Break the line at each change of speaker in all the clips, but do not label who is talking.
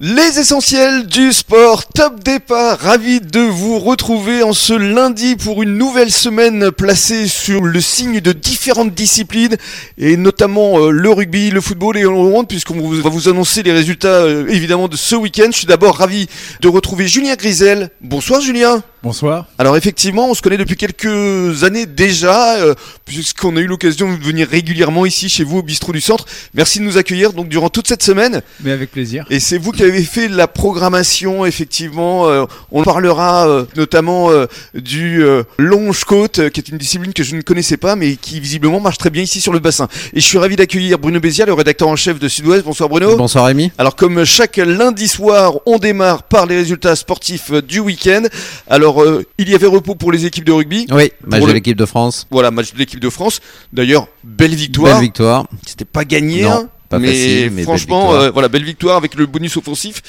Les essentiels du sport, top départ, ravi de vous retrouver en ce lundi pour une nouvelle semaine placée sur le signe de différentes disciplines et notamment euh, le rugby, le football et le hand puisqu'on vous- va vous annoncer les résultats euh, évidemment de ce week-end. Je suis d'abord ravi de retrouver Julien Grisel. Bonsoir Julien.
Bonsoir.
Alors effectivement, on se connaît depuis quelques années déjà, euh, puisqu'on a eu l'occasion de venir régulièrement ici chez vous au bistrot du centre. Merci de nous accueillir donc durant toute cette semaine.
Mais avec plaisir.
Et c'est vous qui avez fait la programmation, effectivement. Euh, on parlera euh, notamment euh, du euh, longe-côte, euh, qui est une discipline que je ne connaissais pas, mais qui visiblement marche très bien ici sur le bassin. Et je suis ravi d'accueillir Bruno Béziat, le rédacteur en chef de Sud-Ouest. Bonsoir Bruno.
Bonsoir Rémi.
Alors comme chaque lundi soir, on démarre par les résultats sportifs euh, du week-end. Alors euh, il y avait repos pour les équipes de rugby.
Oui, match
Pour le-
de l'équipe de France.
Voilà, match de l'équipe de France. D'ailleurs, belle victoire.
Belle victoire.
C'était pas gagné.
Non,
hein,
pas
mais
facile, mais belle
franchement,
victoire.
euh, voilà, belle victoire avec le bonus offensif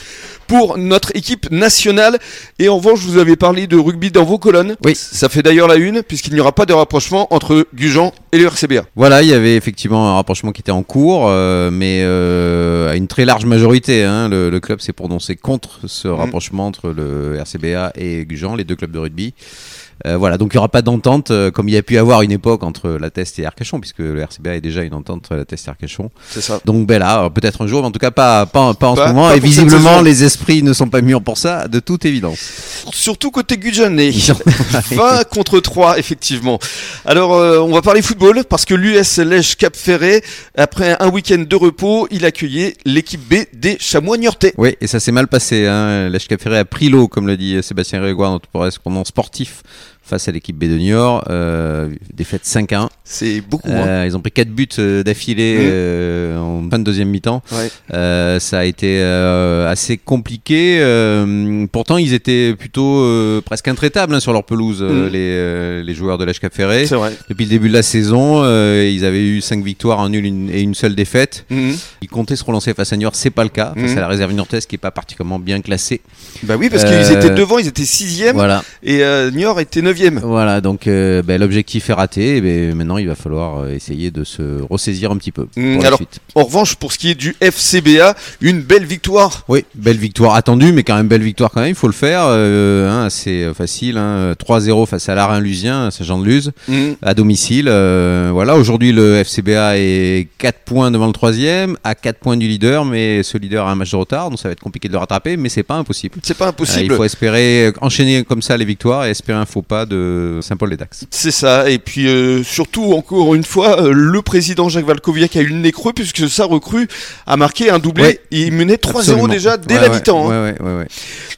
pour notre équipe nationale. Et en revanche, je vous avais parlé de rugby dans vos colonnes.
Oui.
Ça fait d'ailleurs la une, puisqu'il n'y aura pas de rapprochement entre Gujan et le RCBA.
Voilà, il y avait effectivement un rapprochement qui était en cours, euh, mais euh, à une très large majorité. hein. le, le club s'est prononcé contre ce
Mm.
rapprochement entre le RCBA et Gujan, les deux clubs de rugby. Euh, voilà, donc il n'y aura pas d'entente euh, comme il y a pu avoir une époque entre la Teste et Arcachon, puisque le RCBA est déjà une entente entre la Teste et Arcachon.
C'est ça.
Donc ben là, euh, peut-être un jour, mais en tout cas pas, pas, pas en
Pas-
ce moment.
pas
et
pour cette
visiblement,
saison.
les esprits ne sont pas mûrs pour ça, de toute évidence.
Surtout côté Gujanais. 20 contre 3, effectivement. Alors, euh, on va parler football, parce que l'US Lèche Cap Ferré, après un week-end de repos, il accueillait l'équipe B des Chamois Niortais.
Oui, et ça s'est mal passé. Hein. L'HK Ferré a pris l'eau, comme le dit Sébastien Grégoire, notre correspondant sportif, face à l'équipe B de Niort. Euh, défaite 5-1.
C'est beaucoup, hein.
Euh, ils ont pris 4 buts euh, d'affilée
Mm.
euh, en fin de deuxième mi-temps.
Ouais.
Euh, ça a été euh, assez compliqué. Euh, pourtant, ils étaient plutôt euh, presque intraitables hein, sur leur pelouse, euh,
Mm.
les, euh, les joueurs de l'HK Ferré.
C'est vrai.
Depuis le début de la saison, euh, ils avaient eu 5 victoires, un nul une- et une seule défaite.
Mhm.
Ils comptaient se relancer face à Niort, c'est pas le cas. Face
Mhm.
à la réserve niortaise qui est pas particulièrement bien classée.
Bah oui, parce
Euh,
qu'ils étaient devant, ils étaient sixième
Voilà,
et euh, Niort était neuvième.
voilà. Donc euh, ben, l'objectif est raté. Et ben, maintenant, il va falloir euh, essayer de se ressaisir un petit peu pour
Mhm,
la
alors-
suite.
En revanche, pour ce qui est du FCBA, une belle victoire.
Oui, belle victoire attendue, mais quand même belle victoire quand même. Il faut le faire. euh, hein, assez facile. hein. 3-0 face à l'Arin Lusien, à Saint-Jean-de-Luz,
Mhm.
à domicile. euh, voilà. Aujourd'hui, le FCBA est 4 points devant le troisième, à 4 points du leader, mais ce leader a un match de retard, donc ça va être compliqué de le rattraper, mais c'est pas impossible.
C'est pas
Euh,
impossible.
Il faut espérer euh, enchaîner comme ça les victoires et espérer un faux pas de Saint-Paul-les-Dax.
C'est ça. Et puis euh, surtout, encore une fois, euh, le président Jacques Valkoviak a eu le nez creux puisque sa recrue a marqué un doublé.
Ouais.
Et il menait 3-0
Absolument.
déjà dès
Ouais,
la
ouais,
mi-temps. hein.
ouais, ouais, ouais, ouais.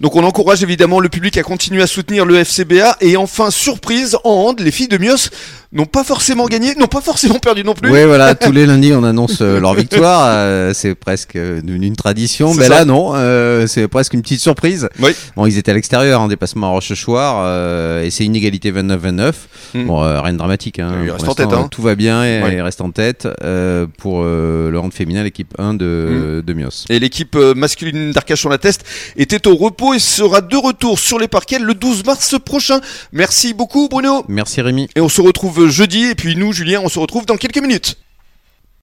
Donc on encourage évidemment le public à continuer à soutenir le FCBA. Et enfin, surprise, en hand, les filles de Mios n'ont pas forcément gagné, n'ont pas forcément perdu non plus.
Ouais, voilà, tous les lundis on annonce euh, leur victoire, euh, c'est presque euh, devenu une tradition,
C'est
mais
ça.
là non, euh, c'est presque une petite surprise.
Oui.
Bon, ils étaient à l'extérieur en dépassement à Rochechouart euh, et c'est une égalité 29-29.
Mm.
Bon, euh, rien de dramatique. Hein.
Ils
Pour
restent en
l'instant,
tête, hein.
Tout va bien et
Ouais.
ils restent en tête euh, pour euh, le hand féminin, l'équipe 1 de,
Hmm.
de Mios.
Et l'équipe euh, masculine d'Arcachon La Teste était au repos et sera de retour sur les parquets le 12 mars prochain. Merci beaucoup Bruno.
Merci Rémi.
Et on se retrouve jeudi et puis nous Julien on se retrouve dans quelques minutes.